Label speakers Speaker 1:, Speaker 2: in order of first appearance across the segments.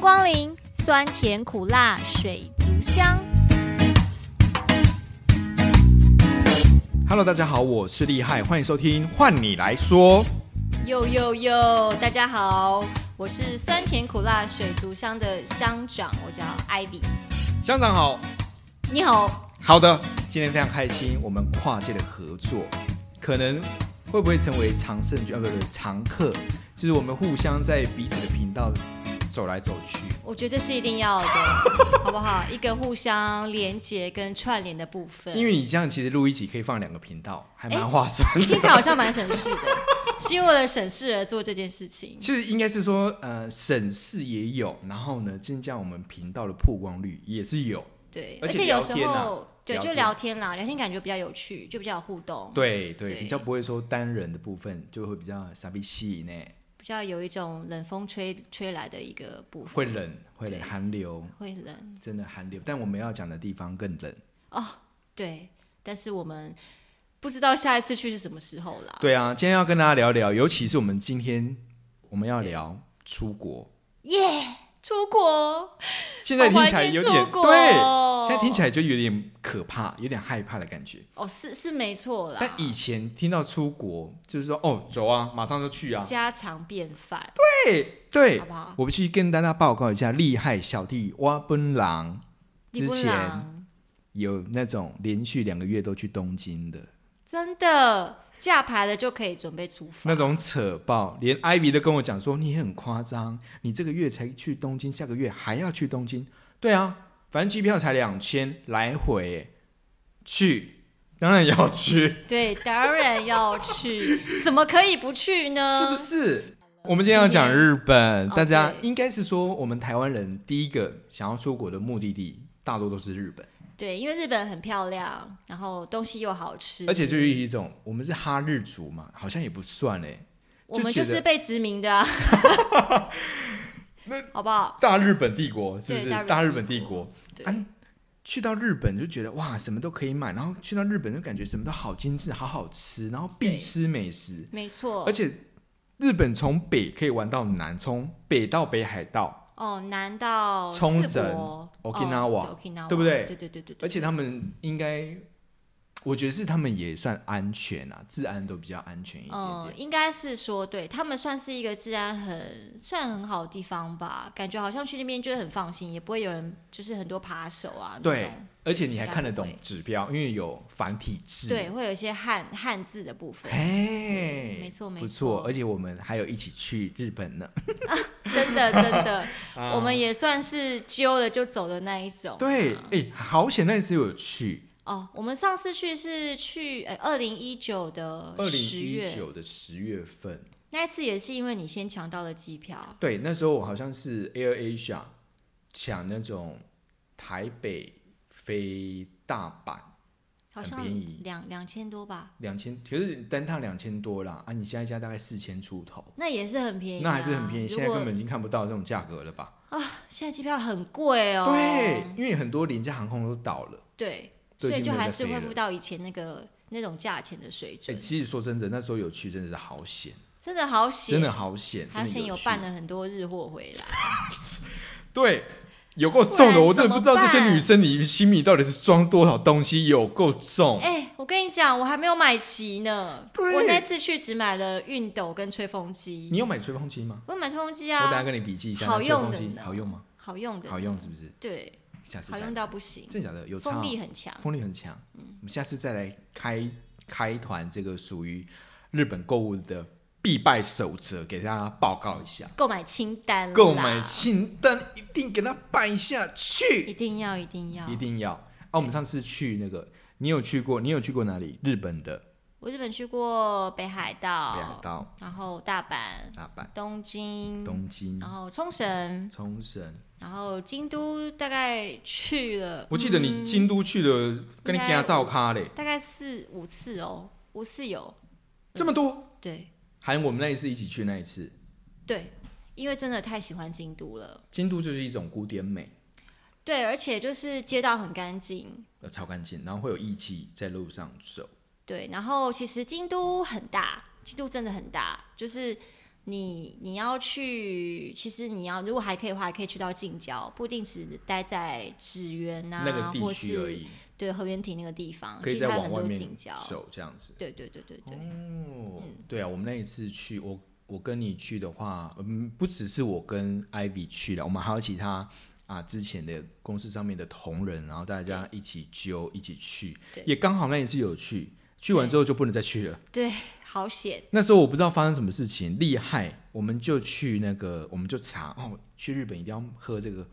Speaker 1: 光临，酸甜苦辣水族箱。
Speaker 2: Hello，大家好，我是厉害，欢迎收听《换你来说》。
Speaker 1: 哟哟哟，大家好，我是酸甜苦辣水族箱的乡长，我叫艾比。
Speaker 2: 乡长好，
Speaker 1: 你好，
Speaker 2: 好的，今天非常开心，我们跨界的合作，可能会不会成为常胜军啊？不不不，常客，就是我们互相在彼此的频道走来走去。
Speaker 1: 我觉得这是一定要 的，好不好？一个互相连接跟串联的部分，
Speaker 2: 因为你这样其实录一集可以放两个频道，还蛮划算的。
Speaker 1: 听起来好像蛮省事的，是因为为了省事而做这件事情。
Speaker 2: 其实应该是说，呃，省事也有，然后呢，增加我们频道的曝光率也是有。
Speaker 1: 对，而
Speaker 2: 而且
Speaker 1: 且有时
Speaker 2: 聊天啊
Speaker 1: 候对
Speaker 2: 聊天
Speaker 1: 就聊天啦，聊天感觉比较有趣，就比较有互动，
Speaker 2: 对对，
Speaker 1: 对
Speaker 2: 比较不会说单人的部分就会比较傻逼欸戏呢，
Speaker 1: 比较有一种冷风吹吹来的一个部分，
Speaker 2: 会冷，会
Speaker 1: 对
Speaker 2: 冷，寒流，
Speaker 1: 会冷
Speaker 2: 真的寒流。但我们要讲的地方更冷。
Speaker 1: 哦，对。但是我们不知道下一次去是什么时候啦。
Speaker 2: 对啊，今天要跟大家聊聊，尤其是我们今天我们要聊出国，
Speaker 1: 出国，
Speaker 2: 现在听起
Speaker 1: 好
Speaker 2: 来
Speaker 1: 怀念
Speaker 2: 有点
Speaker 1: 出国
Speaker 2: 对，
Speaker 1: 哦
Speaker 2: 现在听起来就有点可怕，有点害怕的感觉。
Speaker 1: 哦，是是没错啦，
Speaker 2: 但以前听到出国，就是说哦，走啊，马上就去啊，
Speaker 1: 家常便饭，
Speaker 2: 对对
Speaker 1: 好，不好？
Speaker 2: 我必须跟大家报告一下，厉害小弟挖奔狼之
Speaker 1: 你不
Speaker 2: 前
Speaker 1: 朗
Speaker 2: 有那种连续两个月都去东京的
Speaker 1: 真的假牌了就可以准备出发，
Speaker 2: 那种扯爆，连艾比都跟我讲说你很夸张，你这个月才去东京，下个月还要去东京。对啊，反正机票才两千来回耶，去当然要去，
Speaker 1: 对，当然要去，怎么可以不去呢？
Speaker 2: 是不是？我们今天要讲日本，
Speaker 1: 嗯哦
Speaker 2: 大家
Speaker 1: 对
Speaker 2: 应该是说我们台湾人第一个想要出国的目的地，大多都是日本。
Speaker 1: 对，因为日本很漂亮，然后东西又好吃，
Speaker 2: 而且就是一种，我们是哈日族嘛，好像也不算哎。
Speaker 1: 我们就
Speaker 2: 就觉得
Speaker 1: 是被殖民的、 啊，好不好？
Speaker 2: 大日本帝国是不是
Speaker 1: 对大日？本
Speaker 2: 大日本帝国
Speaker 1: 对，
Speaker 2: 啊去到日本就觉得哇，什么都可以买，然后去到日本就感觉什么都好精致、好好吃，然后必
Speaker 1: 对哦
Speaker 2: 吃美食，
Speaker 1: 没错
Speaker 2: 而。且日本从北可以玩到南，从北到北海道，
Speaker 1: 哦，南到
Speaker 2: 冲绳
Speaker 1: 四国、
Speaker 2: Okinawa，
Speaker 1: 哦、Okinawa，
Speaker 2: 对不对
Speaker 1: 对对对对对。
Speaker 2: 而且他们应该，我觉得是他们也算安全啊，治安都比较安全一点
Speaker 1: 嗯，
Speaker 2: 点。
Speaker 1: 应该是说，对他们算是一个治安很算很好的地方吧，感觉好像去那边就是很放心，也不会有人就是很多扒手啊那
Speaker 2: 对
Speaker 1: 种，
Speaker 2: 而且你还
Speaker 1: 应该
Speaker 2: 看得
Speaker 1: 不
Speaker 2: 懂
Speaker 1: 会
Speaker 2: 指标，因为有繁体字。
Speaker 1: 对，会有一些汉汉字的部分，
Speaker 2: 哎，
Speaker 1: 没错没
Speaker 2: 不
Speaker 1: 错
Speaker 2: 错，而且我们还有一起去日本呢。
Speaker 1: 真的真 的，
Speaker 2: 啊
Speaker 1: 我们也算是揪了就走的那一种啊、
Speaker 2: 对，哎、好险那一次有去，
Speaker 1: 哦，我们上次去是去呃二零一九的
Speaker 2: 二零
Speaker 1: 呃十
Speaker 2: 一
Speaker 1: 月，
Speaker 2: 九的十月份。
Speaker 1: 那一次也是因为你先抢到了机票，
Speaker 2: 对，那时候我好像是 Air Asia 抢那种台北飞大阪
Speaker 1: 好
Speaker 2: 很
Speaker 1: 像
Speaker 2: 便宜
Speaker 1: 两两千多吧，
Speaker 2: 两千，可是单趟两千多啦，啊，你加一加大概四千出头。
Speaker 1: 那也是很便宜啊、
Speaker 2: 那还是很便宜，
Speaker 1: 如
Speaker 2: 现在
Speaker 1: 果
Speaker 2: 根本已经看不到这种价格了吧？
Speaker 1: 现在机票很贵哦，
Speaker 2: 对，因为很多廉价航空都倒了。
Speaker 1: 对，
Speaker 2: 最
Speaker 1: 所以就
Speaker 2: 近没有
Speaker 1: 还
Speaker 2: 在
Speaker 1: 是
Speaker 2: 飞
Speaker 1: 恢
Speaker 2: 了
Speaker 1: 复到以前那个那种价钱的水
Speaker 2: 哎、
Speaker 1: 准，
Speaker 2: 其实说真的，那时候有去真的是好险，
Speaker 1: 真的好险，
Speaker 2: 真的好险，
Speaker 1: 还
Speaker 2: 真
Speaker 1: 幸
Speaker 2: 的
Speaker 1: 有
Speaker 2: 去
Speaker 1: 办了很多日货回来。
Speaker 2: 对，有够重的，我真的不知道
Speaker 1: 不
Speaker 2: 这
Speaker 1: 然怎么
Speaker 2: 些
Speaker 1: 办
Speaker 2: 女生你心里到底是装多少东西，有够重。
Speaker 1: 哎、我跟你讲，我还没有买齐呢，
Speaker 2: 哦对
Speaker 1: 我那次去只买了熨斗跟吹风
Speaker 2: 你
Speaker 1: 机，
Speaker 2: 有买吹风机吗？
Speaker 1: 我有买吹风机
Speaker 2: 我等下
Speaker 1: 啊，
Speaker 2: 跟你笔记一下，
Speaker 1: 好
Speaker 2: 那吹风
Speaker 1: 用的
Speaker 2: 机
Speaker 1: 呢
Speaker 2: 好用吗？
Speaker 1: 好用的，
Speaker 2: 好用是不是？
Speaker 1: 对，
Speaker 2: 下次
Speaker 1: 好
Speaker 2: 再
Speaker 1: 用到不行，
Speaker 2: 真的假的有差
Speaker 1: 风
Speaker 2: 哦，
Speaker 1: 力嗯很强。
Speaker 2: 风力很强。我们下次再来开开团这个属于日本购物的必败守则，给大家报告一下。
Speaker 1: 购买清单嗯啦，
Speaker 2: 购买清单一定给它办下
Speaker 1: 一
Speaker 2: 去，
Speaker 1: 定要一定要
Speaker 2: 一。定要。啊，我们上次去那个，你有去过？你有去过哪里？日本的
Speaker 1: 我日本去过北海道，
Speaker 2: 北海道、
Speaker 1: 然后大阪、
Speaker 2: 大阪。
Speaker 1: 东京，
Speaker 2: 东京、
Speaker 1: 然后冲绳，
Speaker 2: 冲绳。
Speaker 1: 然后京都，大概去了，
Speaker 2: 我记得
Speaker 1: 嗯
Speaker 2: 你京都去了，跟你
Speaker 1: 应该
Speaker 2: 家照咖嘞，
Speaker 1: 大概四五次哦，五次有，
Speaker 2: 这么多，
Speaker 1: 对
Speaker 2: 还有我们那一次一起去那一次，
Speaker 1: 对，因为真的太喜欢京都了，
Speaker 2: 京都就是一种古典美，
Speaker 1: 对，而且就是街道很干净，
Speaker 2: 呃，超干净，然后会有义气在路上走。
Speaker 1: 对，然后其实京都很大，京都真的很大，就是你你要去，其实你要如果还可以的话，还可以去到近郊，不一定只待在纸园啊，
Speaker 2: 那个
Speaker 1: 或
Speaker 2: 地区而
Speaker 1: 是
Speaker 2: 已，
Speaker 1: 对河原町那个地方，
Speaker 2: 可以
Speaker 1: 其实
Speaker 2: 再
Speaker 1: 它有
Speaker 2: 往
Speaker 1: 很
Speaker 2: 外
Speaker 1: 多嗯
Speaker 2: 面
Speaker 1: 近郊。
Speaker 2: 走这样子。
Speaker 1: 对对对对对，
Speaker 2: 哦，对啊，我们那一次去，我我跟你去的话，嗯，不只是我跟 Ivy 去了，我们还有其他啊之前的公司上面的同仁，然后大家一起揪一起去
Speaker 1: 对，
Speaker 2: 也刚好那一次有去，去完之后就不能再去了。
Speaker 1: 对，好险，
Speaker 2: 那时候我不知道发生什么事情，厉害，我们就去那个，我们就查哦，去日本一定要喝这个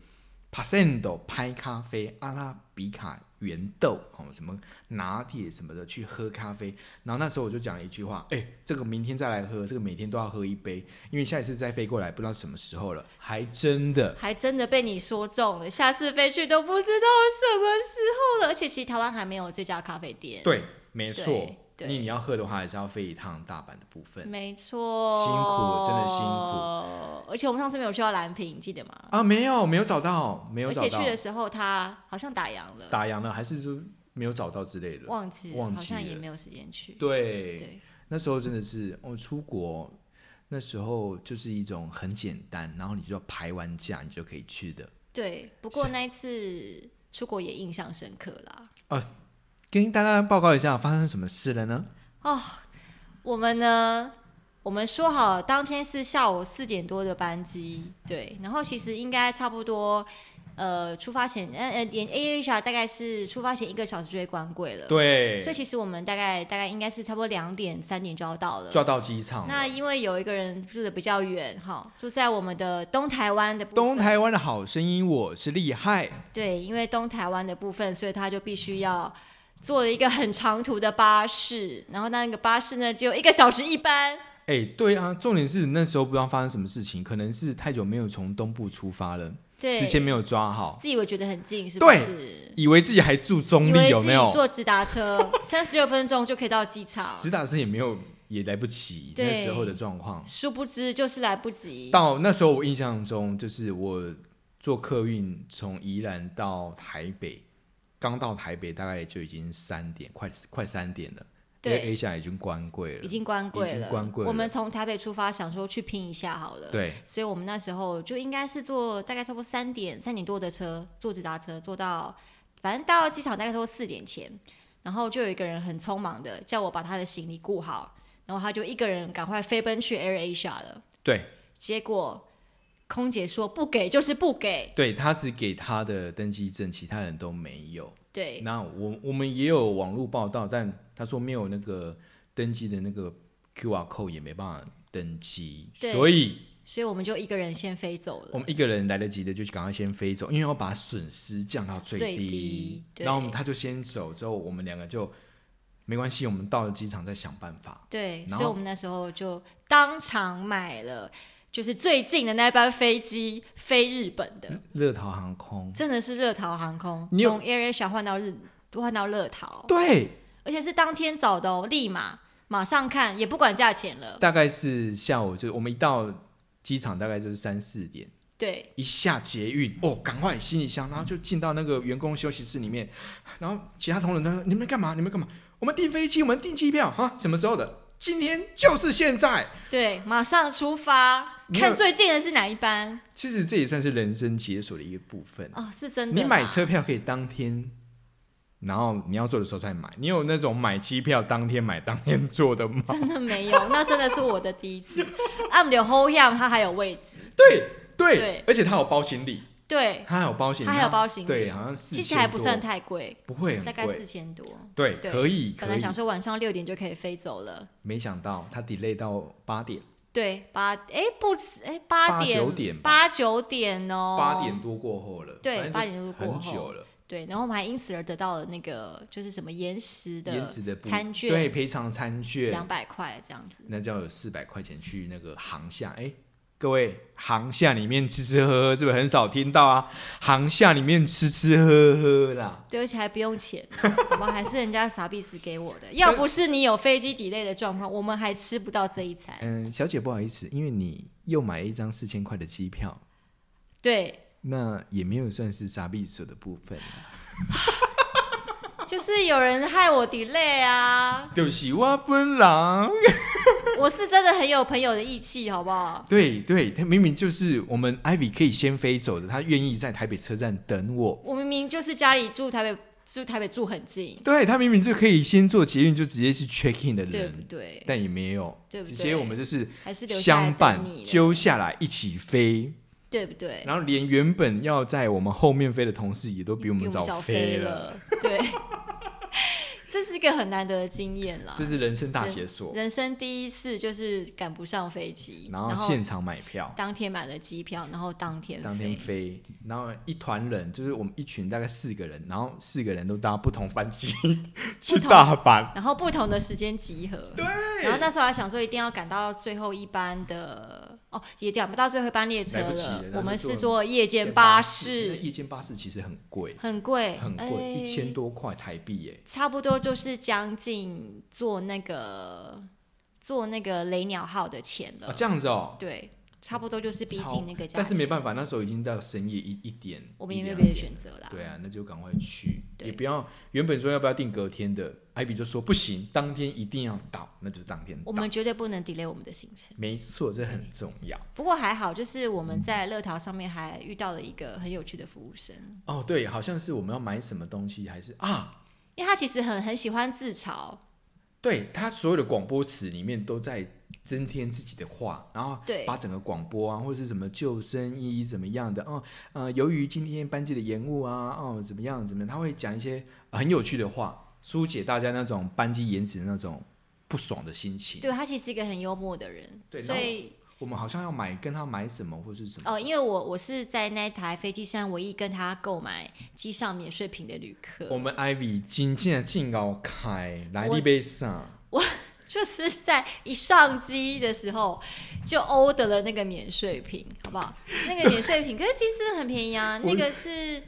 Speaker 2: Pasendo 拍咖啡、阿拉比卡原豆哦，什么拿铁什么的去喝咖啡。然后那时候我就讲了一句话，哎、这个明天再来喝，这个每天都要喝一杯，因为下一次再飞过来不知道什么时候了。还真的，
Speaker 1: 还真的被你说中了，下次飞去都不知道什么时候了。而且其实台湾还没有这家咖啡店，
Speaker 2: 对，没错
Speaker 1: 对，对
Speaker 2: 你你要喝的话还是要飞一趟大阪的部分。
Speaker 1: 没错，
Speaker 2: 辛苦真的辛
Speaker 1: 苦。而且我们上次没有去到蓝屏，记得吗？
Speaker 2: 啊，没有，没有找到，没有
Speaker 1: 而
Speaker 2: 找
Speaker 1: 且
Speaker 2: 到
Speaker 1: 去，的时候他好像打烊了，
Speaker 2: 打烊了，还是说没有找到之类的。
Speaker 1: 忘记
Speaker 2: 忘记
Speaker 1: 好像也
Speaker 2: 了
Speaker 1: 没有时间去。
Speaker 2: 对，
Speaker 1: 对
Speaker 2: 那时候真的是哦，出国那时候就是一种很简单，然后你就要排完假，你就可以去的。
Speaker 1: 对，不过那一次出国也印象深刻啦。
Speaker 2: 跟大家报告一下发生什么事了呢？
Speaker 1: 我们呢，我们说好当天是下午四点多的班机，对，然后其实应该差不多，呃，出发前，呃呃，连 A H R 大概是出发前一个小时就会关柜了，，
Speaker 2: 对
Speaker 1: 呃所以其实我们大概大概应该是差不多两点三点就要到了。
Speaker 2: 抓到机场
Speaker 1: 那
Speaker 2: 了。
Speaker 1: 因为有一个人住的比较远，哈，住在我们的东台湾的部分
Speaker 2: 东台湾的好声音，我是厉害。
Speaker 1: 对，因为东台湾的部分，所以他就必须要坐了一个很长途的巴士，然后那个巴士呢只有一个小时一班，
Speaker 2: 哎，对啊，重点是那时候不知道发生什么事情，可能是太久没有从东部出发了，
Speaker 1: 对
Speaker 2: 时间没有抓好，
Speaker 1: 自以为觉得很近，是不
Speaker 2: 对
Speaker 1: 是？
Speaker 2: 以为自己还住中
Speaker 1: 以
Speaker 2: 立，
Speaker 1: 为
Speaker 2: 有
Speaker 1: 自
Speaker 2: 没
Speaker 1: 己
Speaker 2: 有？
Speaker 1: 坐直达车三十六分钟就可以到机场，
Speaker 2: 直达车也没有，也来不及
Speaker 1: 对
Speaker 2: 那时候的状况。
Speaker 1: 殊不知就是来不及。
Speaker 2: 到那时候，我印象中就是我坐客运从宜兰到台北，刚到台北大概就已经三点，快快三点了。
Speaker 1: 对
Speaker 2: 因为，A 下已经关柜了。
Speaker 1: 已经关
Speaker 2: 已
Speaker 1: 柜
Speaker 2: 经
Speaker 1: 了，
Speaker 2: 关柜了
Speaker 1: 我们从台北出发，想说去拼一下好了。
Speaker 2: 对，
Speaker 1: 所以我们那时候就应该是坐大概差不多三点三点多的车，坐直达车坐到，反正到机场大概差不多四点前，然后就有一个人很匆忙的叫我把他的行李顾好，然后他就一个人赶快飞奔去 Air Asia 了。
Speaker 2: 对
Speaker 1: 结果空姐说不给就是不给，
Speaker 2: 对，他只给他的登机证，其他人都没有。
Speaker 1: 对
Speaker 2: 那我我们也有网络报道，但他说没有那个登机的那个 QR code 也没办法登机，
Speaker 1: 对
Speaker 2: 所以
Speaker 1: 所以我们就一个人先飞走
Speaker 2: 我
Speaker 1: 了。
Speaker 2: 们一个人来得及的，就赶快先飞走，因为要把损失降到最
Speaker 1: 最低对
Speaker 2: 然后我们他就先走，之后我们两个就没关系，我们到了机场再想办法。
Speaker 1: 对，
Speaker 2: 然后
Speaker 1: 所以我们那时候就当场买了，就是最近的那班飞机飞日本的。
Speaker 2: 乐桃航空，
Speaker 1: 真的是热桃航空，
Speaker 2: 你有
Speaker 1: 从 Air Asia 换到日换到热桃，
Speaker 2: 对，
Speaker 1: 而且是当天找的哦，立马马上看，也不管价钱了。
Speaker 2: 大概是下午，就是我们一到机场大概就是三四点，
Speaker 1: 对
Speaker 2: 一下捷运哦，赶快行李箱，然后就进到那个员工休息室里面，然后其他同仁都说：“你们干嘛？你们干嘛？我们订飞机，我们订机票啊哈，什么时候的？今天就是现在。”
Speaker 1: 对，马上出发，
Speaker 2: 你有
Speaker 1: 看最近的是哪一班
Speaker 2: 其实这也算是人生解锁的一个部分。
Speaker 1: 哦，是真的啦。
Speaker 2: 你买车票可以当天，然后你要做的时候再买。你有那种买机票当天买当天做的吗？
Speaker 1: 真的没有，那真的是我的第一次。按钮 h o y a m 它还有位置，
Speaker 2: 对对
Speaker 1: 对
Speaker 2: 而且它有包行李，
Speaker 1: 对，
Speaker 2: 它还有包行李，
Speaker 1: 它还有包行李
Speaker 2: 啊对，好像四
Speaker 1: 其实还不算太贵，
Speaker 2: 不会很
Speaker 1: 大概
Speaker 2: 贵，
Speaker 1: 四千多。
Speaker 2: 对，
Speaker 1: 对
Speaker 2: 可以
Speaker 1: 本
Speaker 2: 可
Speaker 1: 来
Speaker 2: 以。
Speaker 1: 想说晚上六点就可以飞走了，
Speaker 2: 没想到它 delay 到八点，
Speaker 1: 对，八哎不止哎八
Speaker 2: 八
Speaker 1: 点
Speaker 2: 九点吧
Speaker 1: 八九点哦，
Speaker 2: 八点多过后了，
Speaker 1: 对
Speaker 2: 反正
Speaker 1: 八点多
Speaker 2: 就
Speaker 1: 过后
Speaker 2: 很久了，
Speaker 1: 对，然后我们还因此而得到了那个就是什么延时
Speaker 2: 延
Speaker 1: 的
Speaker 2: 迟的补
Speaker 1: 餐券
Speaker 2: 对赔偿餐券
Speaker 1: 两百块这样子。
Speaker 2: 那就要有四百块钱去那个航厦。哎，各位，航厦里面吃吃喝喝是不是很少听到啊？航厦里面吃吃喝喝啦，
Speaker 1: 对，而且还不用钱，哦我们还是人家傻逼死给我的。要不是你有飞机 delay 的状况，我们还吃不到这一餐。
Speaker 2: 嗯，小姐不好意思，因为你又买了一张四千块的机票，
Speaker 1: 对，
Speaker 2: 那也没有算是傻逼所的部分。
Speaker 1: 就是有人害我 delay 啊，
Speaker 2: 就是我本人，
Speaker 1: 我是真的很有朋友的义气，好不好？
Speaker 2: 对对，他明明就是我们 Ivy 可以先飞走的，他愿意在台北车站等我。
Speaker 1: 我明明就是家里住台北，住台北住很近，
Speaker 2: 对他明明就可以先做捷运就直接去 check in 的
Speaker 1: 对不
Speaker 2: 人，
Speaker 1: 对？
Speaker 2: 但也没有，
Speaker 1: 对不对
Speaker 2: 直接我们就是
Speaker 1: 还是留下来
Speaker 2: 相伴
Speaker 1: 等你了，
Speaker 2: 揪下来一起飞，
Speaker 1: 对不对？
Speaker 2: 然后连原本要在我们后面飞的同事也都比我们早
Speaker 1: 飞
Speaker 2: 了，，
Speaker 1: 对，这是一个很难得的经验啦
Speaker 2: 这。是人生大解锁。
Speaker 1: 人生第一次就是赶不上飞机，
Speaker 2: 然后现场买票，
Speaker 1: 当天买了机票，然后当天
Speaker 2: 当天
Speaker 1: 飞，
Speaker 2: 飞，然后一团人就是我们一群大概四个人，然后四个人都搭不同班机 去
Speaker 1: 不同
Speaker 2: 大阪，
Speaker 1: 然后不同的时间集合。对。然后那时候还想说一定要赶到最后一班的，哦，也赶不到最后一班列车
Speaker 2: 来不及了
Speaker 1: 了
Speaker 2: 那。就
Speaker 1: 我们
Speaker 2: 坐
Speaker 1: 是坐夜间
Speaker 2: 巴
Speaker 1: 巴
Speaker 2: 那
Speaker 1: 士，哎
Speaker 2: 夜间巴士其实很贵，
Speaker 1: 很贵，
Speaker 2: 很贵，一千多块台币耶。
Speaker 1: 差不多就是将近坐那个坐那个雷鸟号的钱了。
Speaker 2: 啊，这样子哦，
Speaker 1: 对，差不多就是逼近那个价钱。
Speaker 2: 但是没办法，那时候已经到深夜一一点，
Speaker 1: 我们也
Speaker 2: 一
Speaker 1: 没有
Speaker 2: 两
Speaker 1: 别的
Speaker 2: 点
Speaker 1: 选择啦。
Speaker 2: 对啊，那就赶快去，
Speaker 1: 对
Speaker 2: 也不要原本说要不要订隔天的，艾比就说不行，当天一定要到，那就当天
Speaker 1: 我
Speaker 2: 到。
Speaker 1: 们绝对不能 delay 我们的行程。
Speaker 2: 没错，这很重要
Speaker 1: 不过还好，就是我们在乐淘上面还遇到了一个很有趣的服务生，
Speaker 2: 哦。对，好像是我们要买什么东西，还是啊？
Speaker 1: 因为他其实很很喜欢自嘲，
Speaker 2: 对他所有的广播词里面都在增添自己的话，然后
Speaker 1: 对
Speaker 2: 把整个广播啊，或是什么救生衣怎么样的，哦，呃，由于今天班机的延误啊，哦，怎么样怎么样，他会讲一些很有趣的话，疏解大家那种班机延迟的那种不爽的心情。
Speaker 1: 对他其实是一个很幽默的人，
Speaker 2: 对嗯
Speaker 1: 所以
Speaker 2: 我们好像要买跟他买什么或是什么。
Speaker 1: 哦，因为我我是在那台飞机上唯一跟他购买机上免税品的旅
Speaker 2: 我
Speaker 1: 客，
Speaker 2: 们 Ivy 真正进高开来
Speaker 1: 我
Speaker 2: 你杯上，
Speaker 1: 就是在一上机的时候就 order 了那个免税品，好不好？那个免税品，可是其实很便宜啊，
Speaker 2: 我
Speaker 1: 那个是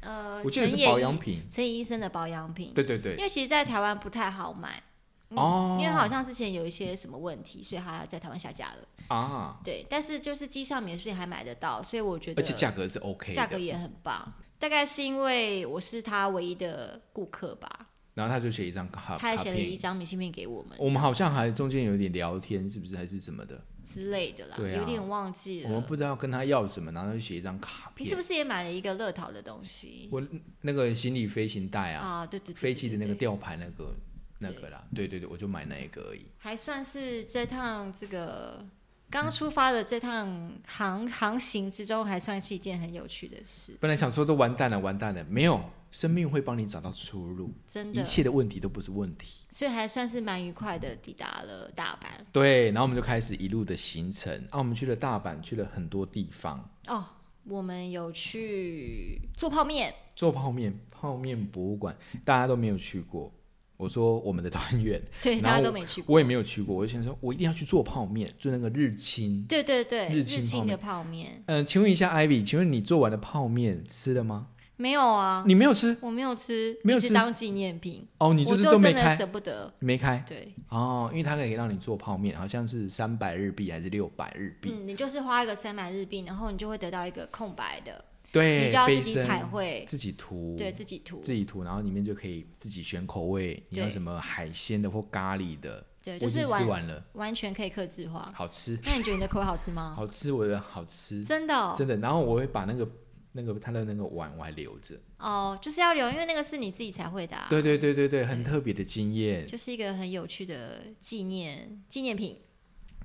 Speaker 1: 呃，
Speaker 2: 我记得
Speaker 1: 陈
Speaker 2: 是
Speaker 1: 也
Speaker 2: 保
Speaker 1: 医
Speaker 2: 养品。
Speaker 1: 陈怡医生的保养品，
Speaker 2: 对对对
Speaker 1: 因，为其实，在台湾不太好买，
Speaker 2: 哦，
Speaker 1: 因为好像之前有一些什么问题，所以它在台湾下架了。
Speaker 2: 啊，
Speaker 1: 对，但是就是机上免税还买得到，所以我觉得
Speaker 2: 而且价格是 OK 的。
Speaker 1: 价格也很棒。大概是因为我是他唯一的顾客吧，
Speaker 2: 然后他就写一张卡，
Speaker 1: 他还写了一
Speaker 2: 卡片。
Speaker 1: 张明信片给我们
Speaker 2: 我们好像还中间有点聊天，是不是还是什么的？
Speaker 1: 之类的啦，
Speaker 2: 对啊
Speaker 1: 有点忘记
Speaker 2: 我们
Speaker 1: 了。
Speaker 2: 不知道跟他要什么，然后他就写一张卡
Speaker 1: 你是
Speaker 2: 片。
Speaker 1: 不是也买了一个乐淘的东西？
Speaker 2: 我那个行李飞行带啊，
Speaker 1: 啊，对对对，对
Speaker 2: 飞机的那个
Speaker 1: 对对
Speaker 2: 吊牌那个那
Speaker 1: 对
Speaker 2: 个啦，对对对，我就买那一个而已。
Speaker 1: 还算是这趟这个刚出发的这趟航航行之中，还算是一件很有趣的事，
Speaker 2: 本来想说都完蛋了，完蛋了，没有，生命会帮你找到出路，
Speaker 1: 真
Speaker 2: 一
Speaker 1: 的。
Speaker 2: 切的问题都不是问题。
Speaker 1: 所以还算是蛮愉快的抵达了大阪
Speaker 2: 对，然后我们就开始一路的行程。啊，我们去了大阪，去了很多地方，
Speaker 1: 哦。我们有去做泡面，
Speaker 2: 做泡面，泡面博物馆大家都没有去过。我说我们的团员，
Speaker 1: 对，
Speaker 2: 然
Speaker 1: 大
Speaker 2: 后
Speaker 1: 家都没去过。
Speaker 2: 我也没有去过，我就想说，我一定要去做泡面，做那个日清。
Speaker 1: 对对对，
Speaker 2: 日
Speaker 1: 日
Speaker 2: 清
Speaker 1: 清的泡面
Speaker 2: 嗯、请问一下，Ivy，请问你做完的泡面吃了吗？
Speaker 1: 没有啊，
Speaker 2: 你没有吃
Speaker 1: 我没有吃，
Speaker 2: 没有
Speaker 1: 一直
Speaker 2: 吃
Speaker 1: 当纪念品，
Speaker 2: 哦，你就是
Speaker 1: 我就
Speaker 2: 没
Speaker 1: 真的
Speaker 2: 开，
Speaker 1: 舍不得。
Speaker 2: 没开
Speaker 1: 对，
Speaker 2: 哦，因为他可以让你做泡面，好像是三百日币还是六百日币？
Speaker 1: 嗯，你就是花一个三百日币，然后你就会得到一个空白的，
Speaker 2: 对，
Speaker 1: 你就要
Speaker 2: 杯
Speaker 1: 自己
Speaker 2: 身
Speaker 1: 彩绘，
Speaker 2: 自己涂，
Speaker 1: 对自己涂，
Speaker 2: 自己涂，然后里面就可以自己选口味，你要
Speaker 1: 对
Speaker 2: 什么海鲜的或咖喱的，
Speaker 1: 对，
Speaker 2: 我
Speaker 1: 就
Speaker 2: 已经
Speaker 1: 是
Speaker 2: 吃
Speaker 1: 完
Speaker 2: 完了，
Speaker 1: 完全可以克制化。
Speaker 2: 好吃，
Speaker 1: 那你觉得你的口味好吃吗？
Speaker 2: 好吃，我的好吃，
Speaker 1: 哦真的哦
Speaker 2: 真的。然后我会把那个那个他的那个碗我还留着，
Speaker 1: 哦，就是要留，因为那个是你自己才会的啊。
Speaker 2: 对对对对对，很特别的经验，
Speaker 1: 就是一个很有趣的纪念纪念品。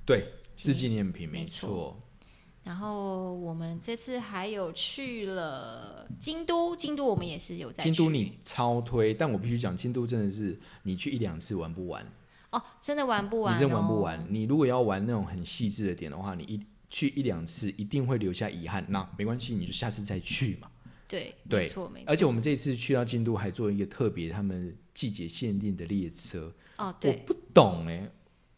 Speaker 2: 对，是纪念品，没
Speaker 1: 没
Speaker 2: 错。
Speaker 1: 然后我们这次还有去了京都，京都我们也是有在去
Speaker 2: 京都你超推，但我必须讲，京都真的是你去一两次玩不完，
Speaker 1: 哦，真的玩不完、哦，
Speaker 2: 你真玩不完。你如果要玩那种很细致的点的话，你一去一两次一定会留下遗憾。那没关系，你就下次再去嘛。
Speaker 1: 对，
Speaker 2: 对
Speaker 1: 没错没错。
Speaker 2: 而且我们这次去到京都，还做一个特别他们季节限定的列车，
Speaker 1: 哦，
Speaker 2: 我
Speaker 1: 对，
Speaker 2: 不懂哎、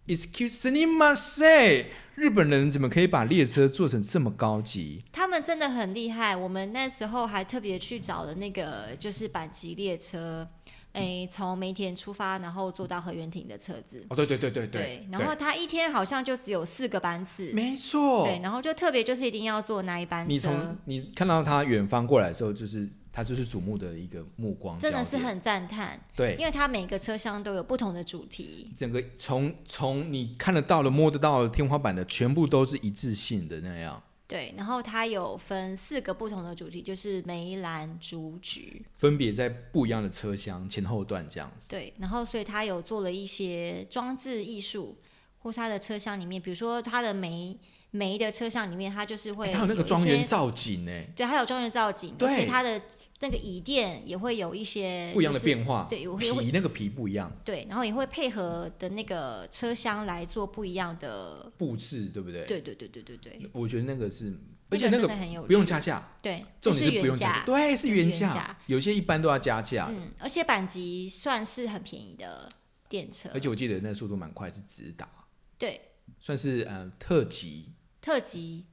Speaker 2: Excuse me, m say，日本人怎么可以把列车做成这么高级？
Speaker 1: 他们真的很厉害。我们那时候还特别去找了那个就是阪急列车，
Speaker 2: 嗯
Speaker 1: 诶，从梅田出发，然后坐到河原町的车子。
Speaker 2: 哦，对对对对
Speaker 1: 然后他一天好像就只有四个班次，
Speaker 2: 没错，
Speaker 1: 对，然后就特别就是一定要坐那一班
Speaker 2: 你
Speaker 1: 车
Speaker 2: 从，你看到他远方过来的时候，就是他就是瞩目的一个目光焦
Speaker 1: 真
Speaker 2: 点，
Speaker 1: 的是很赞叹，
Speaker 2: 对。
Speaker 1: 因为它每个车厢都有不同的主题，
Speaker 2: 整个从从你看得到的、摸得到的天花板的，全部都是一致性的那样，
Speaker 1: 对，然后它有分四个不同的主题，就是梅兰竹菊，
Speaker 2: 分别在不一样的车厢前后段这样子。
Speaker 1: 对，然后所以它有做了一些装置艺术，或是它的车厢里面，比如说它的梅梅的车厢里面，它就是会
Speaker 2: 哎它有那个
Speaker 1: 一
Speaker 2: 庄园
Speaker 1: 些
Speaker 2: 造景哎，
Speaker 1: 对，还有庄园造景，而
Speaker 2: 对
Speaker 1: 且它的那个椅垫也会有一些、
Speaker 2: 不一样的
Speaker 1: 就是
Speaker 2: 变化，
Speaker 1: 对我会
Speaker 2: 皮那个皮不一样，
Speaker 1: 对，然后也会配合的那个车厢来做不一样的，
Speaker 2: 布置对不对？，
Speaker 1: 对对对对对对，
Speaker 2: 我觉得那个是，而且那
Speaker 1: 真
Speaker 2: 个
Speaker 1: 的很有
Speaker 2: 不用
Speaker 1: 趣
Speaker 2: 加价，
Speaker 1: 对，
Speaker 2: 重
Speaker 1: 就
Speaker 2: 点是不
Speaker 1: 原
Speaker 2: 用加
Speaker 1: 价
Speaker 2: 价，，对，啊是
Speaker 1: 就是
Speaker 2: 原
Speaker 1: 原
Speaker 2: 价
Speaker 1: 价，
Speaker 2: 有些一般都要加价的，
Speaker 1: 嗯，而且板级算是很便宜的电车，
Speaker 2: 而且我记得那个速度蛮快，是直达，
Speaker 1: 对
Speaker 2: 算是呃特级
Speaker 1: 特级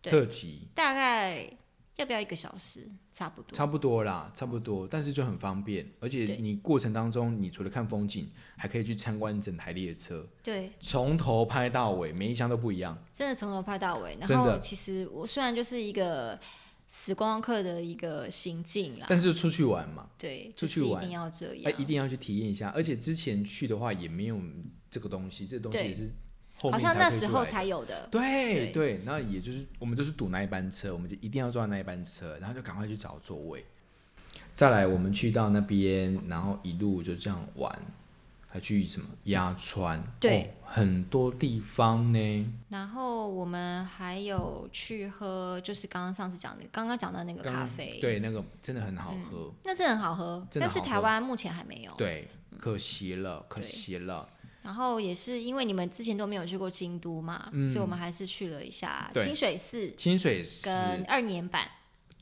Speaker 1: 对
Speaker 2: 特级，
Speaker 1: 大概要不要一个小时？差不多，
Speaker 2: 差不多啦，差不多，但是就很方便，而且
Speaker 1: 对
Speaker 2: 你过程当中，你除了看风景，还可以去参观整台列车，
Speaker 1: 对，
Speaker 2: 从头拍到尾，每一箱都不一样，
Speaker 1: 真的从头拍到尾。然
Speaker 2: 真的
Speaker 1: 后其实我虽然就是一个死观光客的一个行径啦，
Speaker 2: 但是出去玩嘛，
Speaker 1: 对，
Speaker 2: 呃出
Speaker 1: 就
Speaker 2: 去
Speaker 1: 是一
Speaker 2: 玩
Speaker 1: 定要这
Speaker 2: 哎、
Speaker 1: 样，
Speaker 2: 一定要去体验一下，而且之前去的话也没有这个东西，这个东西
Speaker 1: 对
Speaker 2: 也是后
Speaker 1: 好
Speaker 2: 面
Speaker 1: 像那时候
Speaker 2: 推出来的
Speaker 1: 才有的，
Speaker 2: 对
Speaker 1: 对
Speaker 2: 对，那也就是我们就是堵那一班车，我们就一定要坐那一班车，然后就赶快去找座位。再来，我们去到那边，然后一路就这样玩，还去什么鸭川，
Speaker 1: 对
Speaker 2: 哦很多地方呢。
Speaker 1: 然后我们还有去喝，就是刚刚上次讲的，刚刚讲到那个
Speaker 2: 刚
Speaker 1: 咖啡，，嗯
Speaker 2: 嗯对，那个真的很好喝，
Speaker 1: 那真的很好喝，
Speaker 2: 真的
Speaker 1: 但
Speaker 2: 好
Speaker 1: 是台
Speaker 2: 喝
Speaker 1: 湾目前还没有。
Speaker 2: 对，可惜了，可惜了，
Speaker 1: 然后也是因为你们之前都没有去过京都嘛，所以我们还是去了一下
Speaker 2: 嗯对
Speaker 1: 清水寺
Speaker 2: 清水寺，
Speaker 1: 跟二年版，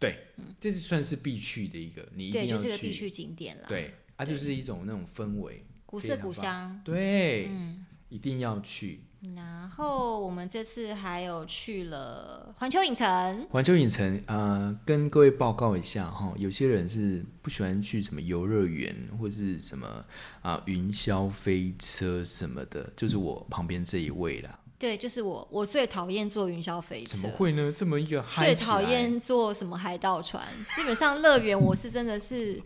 Speaker 2: 对，这是算是必去的一个，你一定
Speaker 1: 对，
Speaker 2: 要
Speaker 1: 就是
Speaker 2: 去，
Speaker 1: 个必去景点了。，
Speaker 2: 对，它、就是一种那种氛围，
Speaker 1: 古
Speaker 2: 非
Speaker 1: 色
Speaker 2: 常
Speaker 1: 古香。
Speaker 2: 对，
Speaker 1: 嗯
Speaker 2: 一定要去。
Speaker 1: 然后我们这次还有去了环球影城，
Speaker 2: 环球影城，呃，跟各位报告一下哈，有些人是不喜欢去什么游乐园或是什么啊、云霄飞车什么的，就是我旁边这一位啦。
Speaker 1: 对，就是我我最讨厌坐云霄飞
Speaker 2: 怎
Speaker 1: 车
Speaker 2: 么。会呢？这么一个嗨
Speaker 1: 最
Speaker 2: 起
Speaker 1: 讨
Speaker 2: 来
Speaker 1: 厌坐什么海盗船， 基本上乐园我是真的是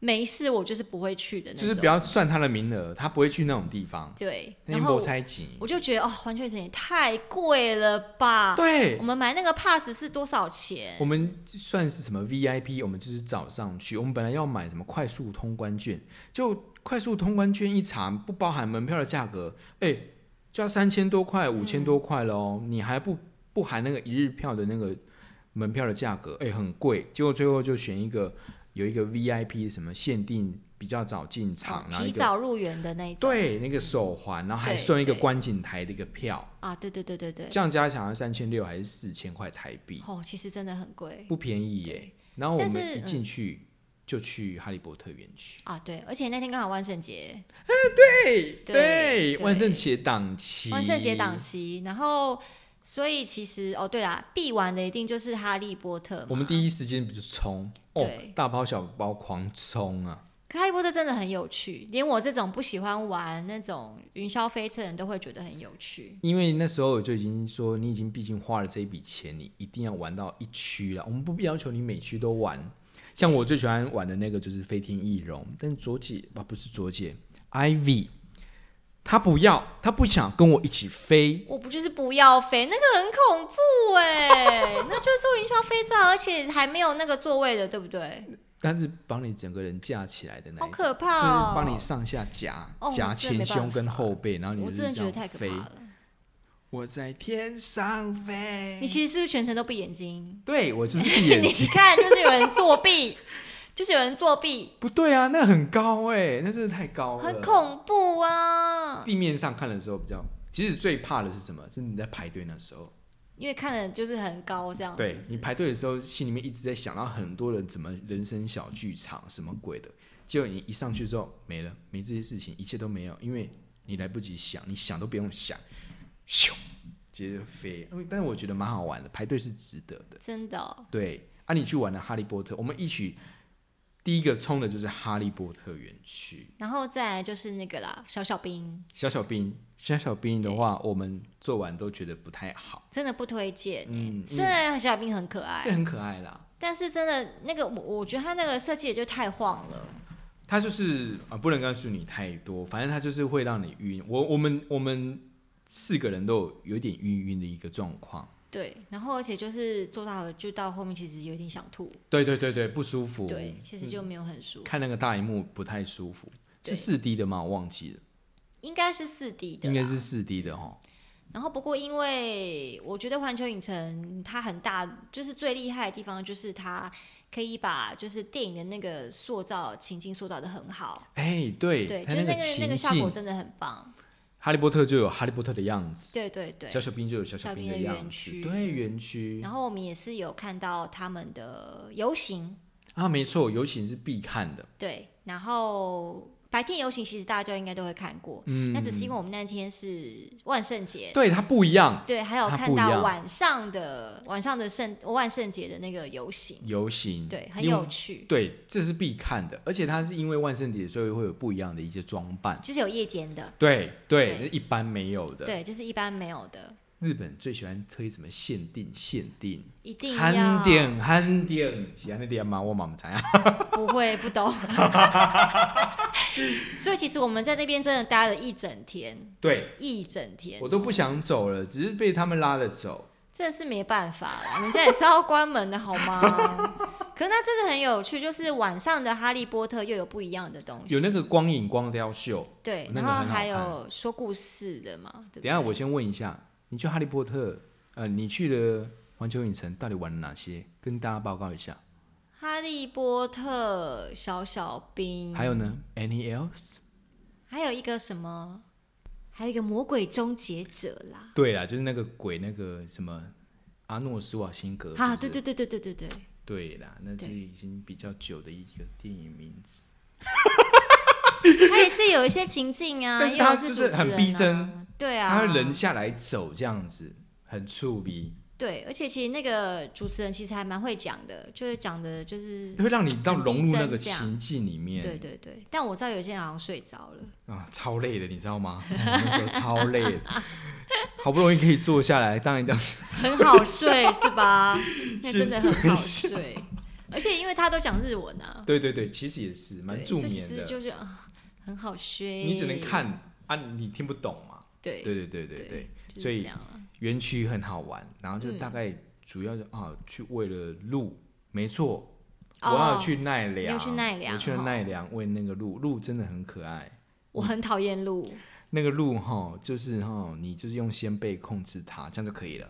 Speaker 1: 没事，我就是不会去的那
Speaker 2: 就
Speaker 1: 种。
Speaker 2: 是不要算他的名额，他不会去那种地方，
Speaker 1: 对，
Speaker 2: 那
Speaker 1: 然后
Speaker 2: 波
Speaker 1: 我
Speaker 2: 猜忌。
Speaker 1: 我就觉得哦，环球影城也太贵了吧？
Speaker 2: 对
Speaker 1: 我，们买那个 pass 是多少钱？
Speaker 2: 我们算是什么 VIP？我们就是早上去，我们本来要买什么快速通关券，就快速通关券一查，不包含门票的价格，哎、就要三千多块、五千多块喽、你还不不含那个一日票的那个门票的价格，哎、很贵。结果最后就选一个有一个 VIP 什么限定比较早进场，
Speaker 1: 哦
Speaker 2: 然后
Speaker 1: 提
Speaker 2: 一个
Speaker 1: 早入园的那一种。
Speaker 2: 对那个手环，然后还
Speaker 1: 对
Speaker 2: 送一个
Speaker 1: 对
Speaker 2: 观景台的一个票，
Speaker 1: 啊，对对对对对，
Speaker 2: 这样加起来三千六还是四千块台币。
Speaker 1: 哦，其实真的很贵
Speaker 2: 不便宜耶。然后我
Speaker 1: 但
Speaker 2: 们
Speaker 1: 是嗯
Speaker 2: 一进去就去哈利波特园区，
Speaker 1: 啊，对，而且那天刚好万圣节，
Speaker 2: 对
Speaker 1: 对
Speaker 2: 万圣节档期，
Speaker 1: 万圣节档，期，然后所以其实哦，对啦，必玩的一定就是哈利波特嘛。
Speaker 2: 我们第一时间不就冲哦
Speaker 1: 对，
Speaker 2: 大包小包狂冲啊！
Speaker 1: 可哈利波特真的很有趣，连我这种不喜欢玩那种云霄飞车的人都会觉得很有趣。
Speaker 2: 因为那时候我就已经说，你已经毕竟花了这一笔钱，你一定要玩到一区了。我们不要求你每区都玩，像我最喜欢玩的那个就是飞天翼龙，但是卓姐啊不是卓姐，Ivy，她不要，她不想跟我一起飞。
Speaker 1: 我不就是不要飞，那个很恐怖哎、那就是坐云霄飞车，啊而且还没有那个座位的，对不对？
Speaker 2: 但是帮你整个人架起来的那一
Speaker 1: 好
Speaker 2: 种，
Speaker 1: 可
Speaker 2: 就
Speaker 1: 怕
Speaker 2: 是
Speaker 1: 哦！
Speaker 2: 帮你上下夹
Speaker 1: 哦
Speaker 2: 夹
Speaker 1: 我真的没
Speaker 2: 前
Speaker 1: 办法
Speaker 2: 胸跟后背，啊然后你
Speaker 1: 我
Speaker 2: 就是
Speaker 1: 真的觉
Speaker 2: 这
Speaker 1: 得
Speaker 2: 样
Speaker 1: 太可怕
Speaker 2: 飞。
Speaker 1: 了。
Speaker 2: 我在天上飞
Speaker 1: 你，其实是不是全程都闭眼睛？
Speaker 2: 对我就是闭 眼
Speaker 1: 你
Speaker 2: 睛，
Speaker 1: 看，就是有人作弊，就是有人作弊，
Speaker 2: 不对啊，那很高哎、那真的太高了，
Speaker 1: 很。恐怖啊！
Speaker 2: 地面上看的时候比较，其实最怕的是什么？是你在排队那时候，
Speaker 1: 因为看的就是很高这样子，
Speaker 2: 对
Speaker 1: 是不
Speaker 2: 你
Speaker 1: 是
Speaker 2: 排队的时候，心里面一直在想到很多人怎么人生小剧场什么鬼的，结果你一上去之后没了，没这些事情，一切都没有，因为你来不及想，你想都不用想，咻，直接就飞。因为但是我觉得蛮好玩的，排队是值得的。
Speaker 1: 真的哦、
Speaker 2: 对，啊，你去玩了《哈利波特》，我们一起第一个冲的就是哈利波特园区。
Speaker 1: 然后再来就是那个啦，小小兵
Speaker 2: 小小兵，小小兵的话，我们做完都觉得不太好，
Speaker 1: 真的不推荐、
Speaker 2: 嗯，
Speaker 1: 虽
Speaker 2: 是
Speaker 1: 然小小兵很可爱，
Speaker 2: 是很可爱啦。
Speaker 1: 但是真的那个我我觉得他那个设计也就太晃了。
Speaker 2: 它就是啊、呃不能告诉你太多，反正它就是会让你晕。我我们我们四个人都有有点晕晕的一个状况。
Speaker 1: 对，然后而且就是做到了，就到后面其实有点想吐，
Speaker 2: 对对对对，不舒服。
Speaker 1: 对，其实
Speaker 2: 嗯
Speaker 1: 就没有很舒服，
Speaker 2: 看那个大荧幕不太舒服。
Speaker 1: 对
Speaker 2: 是四 D 的吗？我忘记了，
Speaker 1: 应该是四 D 的
Speaker 2: 应
Speaker 1: 啦，
Speaker 2: 该是四 D 的哈。
Speaker 1: 然后不过因为我觉得环球影城它很大，就是最厉害的地方就是它可以把就是电影的那个塑造情境塑造的很好，
Speaker 2: 哎，对，
Speaker 1: 对，就
Speaker 2: 它
Speaker 1: 是那
Speaker 2: 个
Speaker 1: 个那
Speaker 2: 情
Speaker 1: 个效果
Speaker 2: 境，
Speaker 1: 真的很棒，
Speaker 2: 哈利波特就有哈利波特的样子，
Speaker 1: 对对对
Speaker 2: 小。小兵就有小
Speaker 1: 小
Speaker 2: 兵
Speaker 1: 兵的园
Speaker 2: 样子，
Speaker 1: 区
Speaker 2: 对，园区
Speaker 1: 然后我们也是有看到他们的游行，
Speaker 2: 啊，没错，尤其是必看的。
Speaker 1: 对，然后白天游行其实大家应该都会看过，
Speaker 2: 嗯，
Speaker 1: 那只是因为我们那天是万圣节，
Speaker 2: 对它不一样，
Speaker 1: 对，还有
Speaker 2: 它
Speaker 1: 看
Speaker 2: 不一
Speaker 1: 到
Speaker 2: 样
Speaker 1: 晚上的晚上的圣万圣节的那个游行，
Speaker 2: 游行
Speaker 1: 对，很
Speaker 2: 嗯因为
Speaker 1: 有趣。
Speaker 2: 对，这是必看的，而且它是因为万圣节，所以会有不一样的一些装扮。
Speaker 1: 就是有夜间的，
Speaker 2: 对
Speaker 1: 对
Speaker 2: 对，那一般没有的。
Speaker 1: 对，就是一般没有的，
Speaker 2: 日本最喜欢推什么限定限定，
Speaker 1: 一定
Speaker 2: 憨
Speaker 1: 要
Speaker 2: 点憨点，喜欢那点吗？我妈妈才啊。
Speaker 1: 不会不懂。 所以其实我们在那边真的待了一整天，
Speaker 2: 对
Speaker 1: 一整天
Speaker 2: 我，都不想走了，只是被他们拉了走。
Speaker 1: 真的是没办法了，人家也是要关门的好吗？可是那真的很有趣，就是晚上的哈利波特又有不一样的东西，
Speaker 2: 有那个光影光雕秀，
Speaker 1: 对，
Speaker 2: 那
Speaker 1: 然
Speaker 2: 个
Speaker 1: 后
Speaker 2: 很好
Speaker 1: 还有说故事的嘛，对不
Speaker 2: 等
Speaker 1: 对？
Speaker 2: 一下我先问一下，你去哈利波特，呃，你去了环球影城，到底玩了哪些？跟大家报告一下。
Speaker 1: 哈利波特、小小兵，
Speaker 2: 还有呢？Any E else？
Speaker 1: 还有一个什么，还有一个魔鬼终结者啦。
Speaker 2: 对啦，就是那个鬼，那个什么阿诺斯瓦辛格
Speaker 1: 啊，
Speaker 2: 是不
Speaker 1: 对
Speaker 2: 是
Speaker 1: 对对对对对对，
Speaker 2: 对啦，那是
Speaker 1: 对
Speaker 2: 已经比较久的一个电影名字。
Speaker 1: 他也是有一些情境啊，
Speaker 2: 但是
Speaker 1: 因为
Speaker 2: 他
Speaker 1: 我
Speaker 2: 就是
Speaker 1: 主持人、啊、
Speaker 2: 很逼真，
Speaker 1: 对啊，
Speaker 2: 他会人下来走这样子，很触鼻，
Speaker 1: 对，而且其实那个主持人其实还蛮会讲的，就是讲的就是，
Speaker 2: 会让你到
Speaker 1: 很逼
Speaker 2: 融入那
Speaker 1: 真
Speaker 2: 个
Speaker 1: 这样
Speaker 2: 情境里面。
Speaker 1: 对对对，但我知道有些人好像睡着了，
Speaker 2: 啊，超累的，你知道吗？ 我那时候超累的，好不容易可以坐下来，当然当时
Speaker 1: 很好睡是 吧？那真的
Speaker 2: 先
Speaker 1: 很
Speaker 2: 睡一
Speaker 1: 好
Speaker 2: 下
Speaker 1: 睡，而且因为他都讲日文啊，
Speaker 2: 对对对，其实也是蛮
Speaker 1: 对，
Speaker 2: 助
Speaker 1: 所以其
Speaker 2: 眠
Speaker 1: 实
Speaker 2: 的，
Speaker 1: 就是啊，很好睡，
Speaker 2: 你只能，看啊，你听不懂嘛。
Speaker 1: 对
Speaker 2: 对，对对对
Speaker 1: 对
Speaker 2: 对，
Speaker 1: 就是
Speaker 2: 所以
Speaker 1: 这样啊
Speaker 2: 园区很好玩，然后就
Speaker 1: 嗯
Speaker 2: 大概主要就啊，去为了路，没错，我
Speaker 1: 哦
Speaker 2: 要去奈良，
Speaker 1: 你有去奈良
Speaker 2: 我去了
Speaker 1: 哦
Speaker 2: 奈良为那个鹿，鹿真的很可爱。
Speaker 1: 我很讨厌鹿，
Speaker 2: 那个鹿哈，就是哈，你就是用先辈控制它，这样就可以了。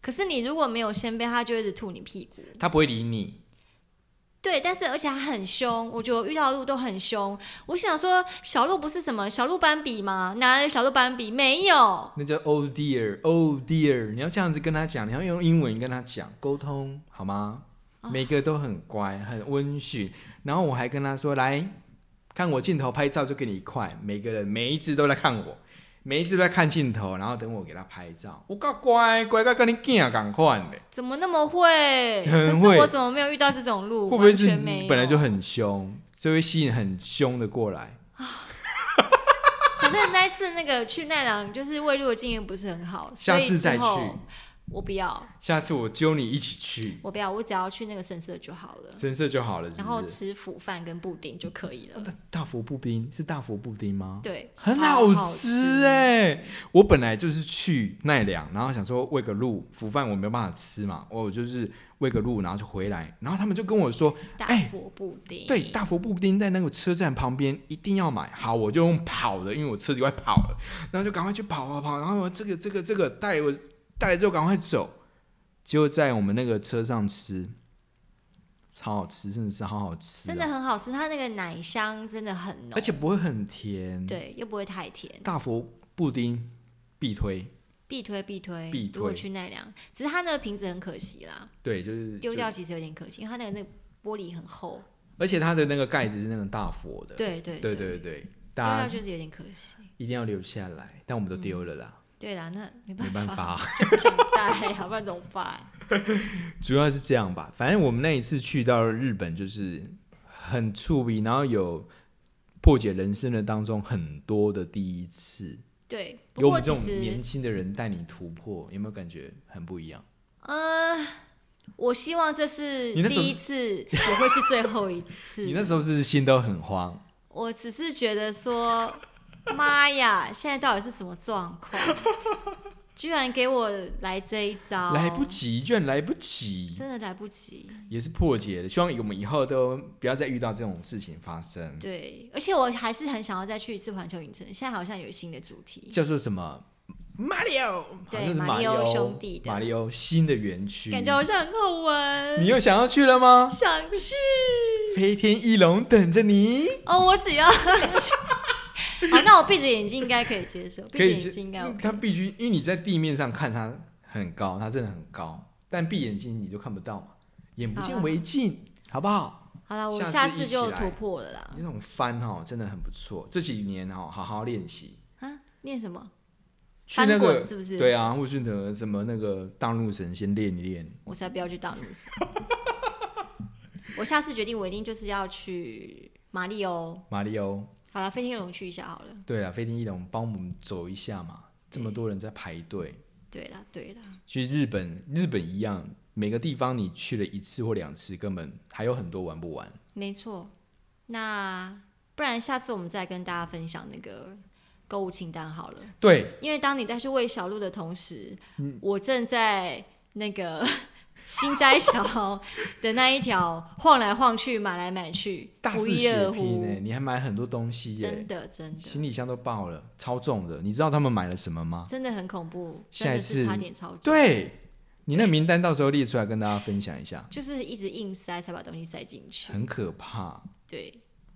Speaker 1: 可是你如果没有先被他就一直吐你屁股。
Speaker 2: 它不会理你，
Speaker 1: 对，但是而且它很凶，我觉得我遇到的鹿都很凶。我想说，小鹿不是什么小鹿斑比吗？哪有小鹿斑比？没有。
Speaker 2: 那叫 oh dear，oh dear。你要这样子跟它讲，你要用英文跟它讲沟通，好吗？
Speaker 1: 哦
Speaker 2: 每个都很乖，很温驯。然后我还跟他说：“来看我镜头拍照，就给你一块。”每个人每一只都在看我，每一只都在看镜头，然后等我给他拍
Speaker 1: 哦
Speaker 2: 照。我够乖，乖到跟你囝赶快的。
Speaker 1: 怎么那么 会？
Speaker 2: 很
Speaker 1: 可
Speaker 2: 会
Speaker 1: 是我怎么没有遇到这种鹿？
Speaker 2: 会不会
Speaker 1: 完
Speaker 2: 是
Speaker 1: 全没
Speaker 2: 你
Speaker 1: 有
Speaker 2: 本来就很凶，所以会吸引很凶的过来？
Speaker 1: 反正那一次那个去奈良，就是喂鹿的经验不是很好，
Speaker 2: 下
Speaker 1: 所以
Speaker 2: 次再
Speaker 1: 之
Speaker 2: 去，
Speaker 1: 后我不要，
Speaker 2: 下次我揪你一起去
Speaker 1: 我不要，我只要去那个神社就好了，
Speaker 2: 深色就好了，是
Speaker 1: 然后
Speaker 2: 不是？
Speaker 1: 吃腐饭跟布丁就可以了。
Speaker 2: 大佛布丁是大佛布丁吗？
Speaker 1: 对，
Speaker 2: 很
Speaker 1: 超
Speaker 2: 好
Speaker 1: 好
Speaker 2: 吃哎、我本来就是去奈良，然后想说喂个鹿，福饭我没有办法吃嘛，我就是喂个鹿，然后就回来，然后他们就跟我说，
Speaker 1: 大
Speaker 2: 哎
Speaker 1: 佛布丁。
Speaker 2: 对，大佛布丁在那个车站旁边一定要买。好，我就用跑的，因为我车子快跑了，然后就赶快去跑跑跑，然后我这个这个这个带我带了之后赶快走，就在我们那个车上吃，超好吃，真的是好好吃、
Speaker 1: 真的，很好吃，它那个奶香真的很浓
Speaker 2: 啊而，且不会很甜。，
Speaker 1: 对，又不会太甜。
Speaker 2: 大佛布丁必推，
Speaker 1: 必推必推，
Speaker 2: 必推
Speaker 1: 如果去奈良，只是它那个瓶子很可惜啦，
Speaker 2: 对，就是
Speaker 1: 丢。掉其实有点可惜，因为它那个那个玻璃很厚。
Speaker 2: 而且它的那个盖子是那种大佛的，
Speaker 1: 对对
Speaker 2: 对
Speaker 1: 对
Speaker 2: 对对，
Speaker 1: 丢
Speaker 2: 大
Speaker 1: 掉
Speaker 2: 家
Speaker 1: 就是有点可惜。
Speaker 2: 一定要留下来，但我们都丢了啦，
Speaker 1: 对啦，那嗯没
Speaker 2: 没
Speaker 1: 办
Speaker 2: 办法。
Speaker 1: 就不想带，要不然怎么办？
Speaker 2: 主要是这样吧，反正我们那一次去到日本就是很触鼻，然后有破解人生的当中很多的第一次，
Speaker 1: 对，不
Speaker 2: 有我
Speaker 1: 过
Speaker 2: 们这
Speaker 1: 其
Speaker 2: 种年
Speaker 1: 实，
Speaker 2: 轻的人带你突破，有没有感觉很不一样？
Speaker 1: 呃，我希望这是
Speaker 2: 你那时候
Speaker 1: 第一次，也会是最后一次
Speaker 2: 你。那时候是不是心都很慌，
Speaker 1: 我只是觉得说，妈呀，现在到底是什么状况？ 居然给我来这一招，
Speaker 2: 来不，及，居然来不及，
Speaker 1: 真的来不及。
Speaker 2: 也是破解了。希望我们以后都不要再遇到这种事情发生。
Speaker 1: 对，而且我还是很想要再去一次环球影城，现在好像有新的主题，
Speaker 2: 叫做什么？Mario，好
Speaker 1: 对
Speaker 2: 像是
Speaker 1: 马
Speaker 2: 里
Speaker 1: 里奥
Speaker 2: 奥
Speaker 1: 兄弟的
Speaker 2: 马里奥新的园区，
Speaker 1: 感觉好像很好玩，
Speaker 2: 你又想要去了吗？
Speaker 1: 想去
Speaker 2: 飞天翼龙等着你，
Speaker 1: 哦。我只要 好，那我闭着眼睛应该可以接受，闭
Speaker 2: 可
Speaker 1: 着
Speaker 2: 以
Speaker 1: 眼睛应该 OK。
Speaker 2: 它必须，因为你在地面上看它很高，它真的很高，但闭眼睛你就看不到嘛，眼不
Speaker 1: 好
Speaker 2: 见
Speaker 1: 啦
Speaker 2: 为净，好不好？
Speaker 1: 好啊了，我
Speaker 2: 下
Speaker 1: 下
Speaker 2: 次一
Speaker 1: 次
Speaker 2: 起
Speaker 1: 就
Speaker 2: 来
Speaker 1: 突破了啦。
Speaker 2: 那种翻哦，真的很不错。这几年哦，好好练习。
Speaker 1: 啊，念什么？
Speaker 2: 去那
Speaker 1: 翻
Speaker 2: 个
Speaker 1: 滚是不是
Speaker 2: 对啊，或是的什么那个大陆神仙练一练，
Speaker 1: 我才不要去当女生。我下次决定，我一定就是要去马里欧。
Speaker 2: 马里奥。
Speaker 1: 好了，飞天翼龙去一下好了。
Speaker 2: 对啊了，飞天翼龙帮我们走一下嘛，这么多人在排队。
Speaker 1: 对啦，对啦，
Speaker 2: 去日本，日本一样，每个地方你去了一次或两次，根本还有很多玩不完。
Speaker 1: 没错。那不然下次我们再跟大家分享那个购物清单好了。
Speaker 2: 对，
Speaker 1: 因为当你在去喂小鹿的同时，
Speaker 2: 嗯
Speaker 1: 我正在那个 新斋桥的那一条晃来晃去、买来买去，
Speaker 2: 大
Speaker 1: 不
Speaker 2: 肆
Speaker 1: 亦
Speaker 2: 血
Speaker 1: 乐
Speaker 2: 拼呢、
Speaker 1: 乎。
Speaker 2: 你还买很多东西耶、
Speaker 1: 真的，真的，
Speaker 2: 行李箱都爆了，超重的。你知道他们买了什么吗？
Speaker 1: 真的很恐怖，真
Speaker 2: 啊下一
Speaker 1: 的
Speaker 2: 次
Speaker 1: 是差点超重。
Speaker 2: 对，你那名单到时候列出来跟大家分享一下，
Speaker 1: 就是一直硬塞才把东西塞进去。
Speaker 2: 很可怕。
Speaker 1: 对，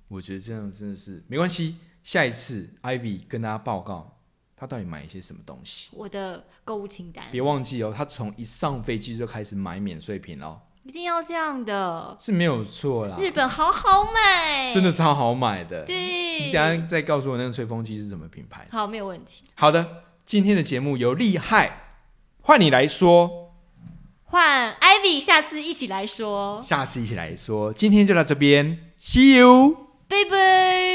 Speaker 2: 我觉得这样真的是没关系，下一次 Ivy 跟大家报告他到底买一些什么东西。
Speaker 1: 我的购物清单
Speaker 2: 别忘记哦，他从一上飞机就开始买免税品哦，
Speaker 1: 一定要这样的。
Speaker 2: 是没有错啦，
Speaker 1: 日本好好买，
Speaker 2: 啊真的超好买的。你等一
Speaker 1: 对，
Speaker 2: 下再告诉我那个吹风机是什么品牌。
Speaker 1: 好，没有问题。
Speaker 2: 好的，今天的节目由厉害换你来说，
Speaker 1: 换 Ivy，下次一起来说，
Speaker 2: 下次一起来说。今天就到这边，See you。
Speaker 1: 拜拜。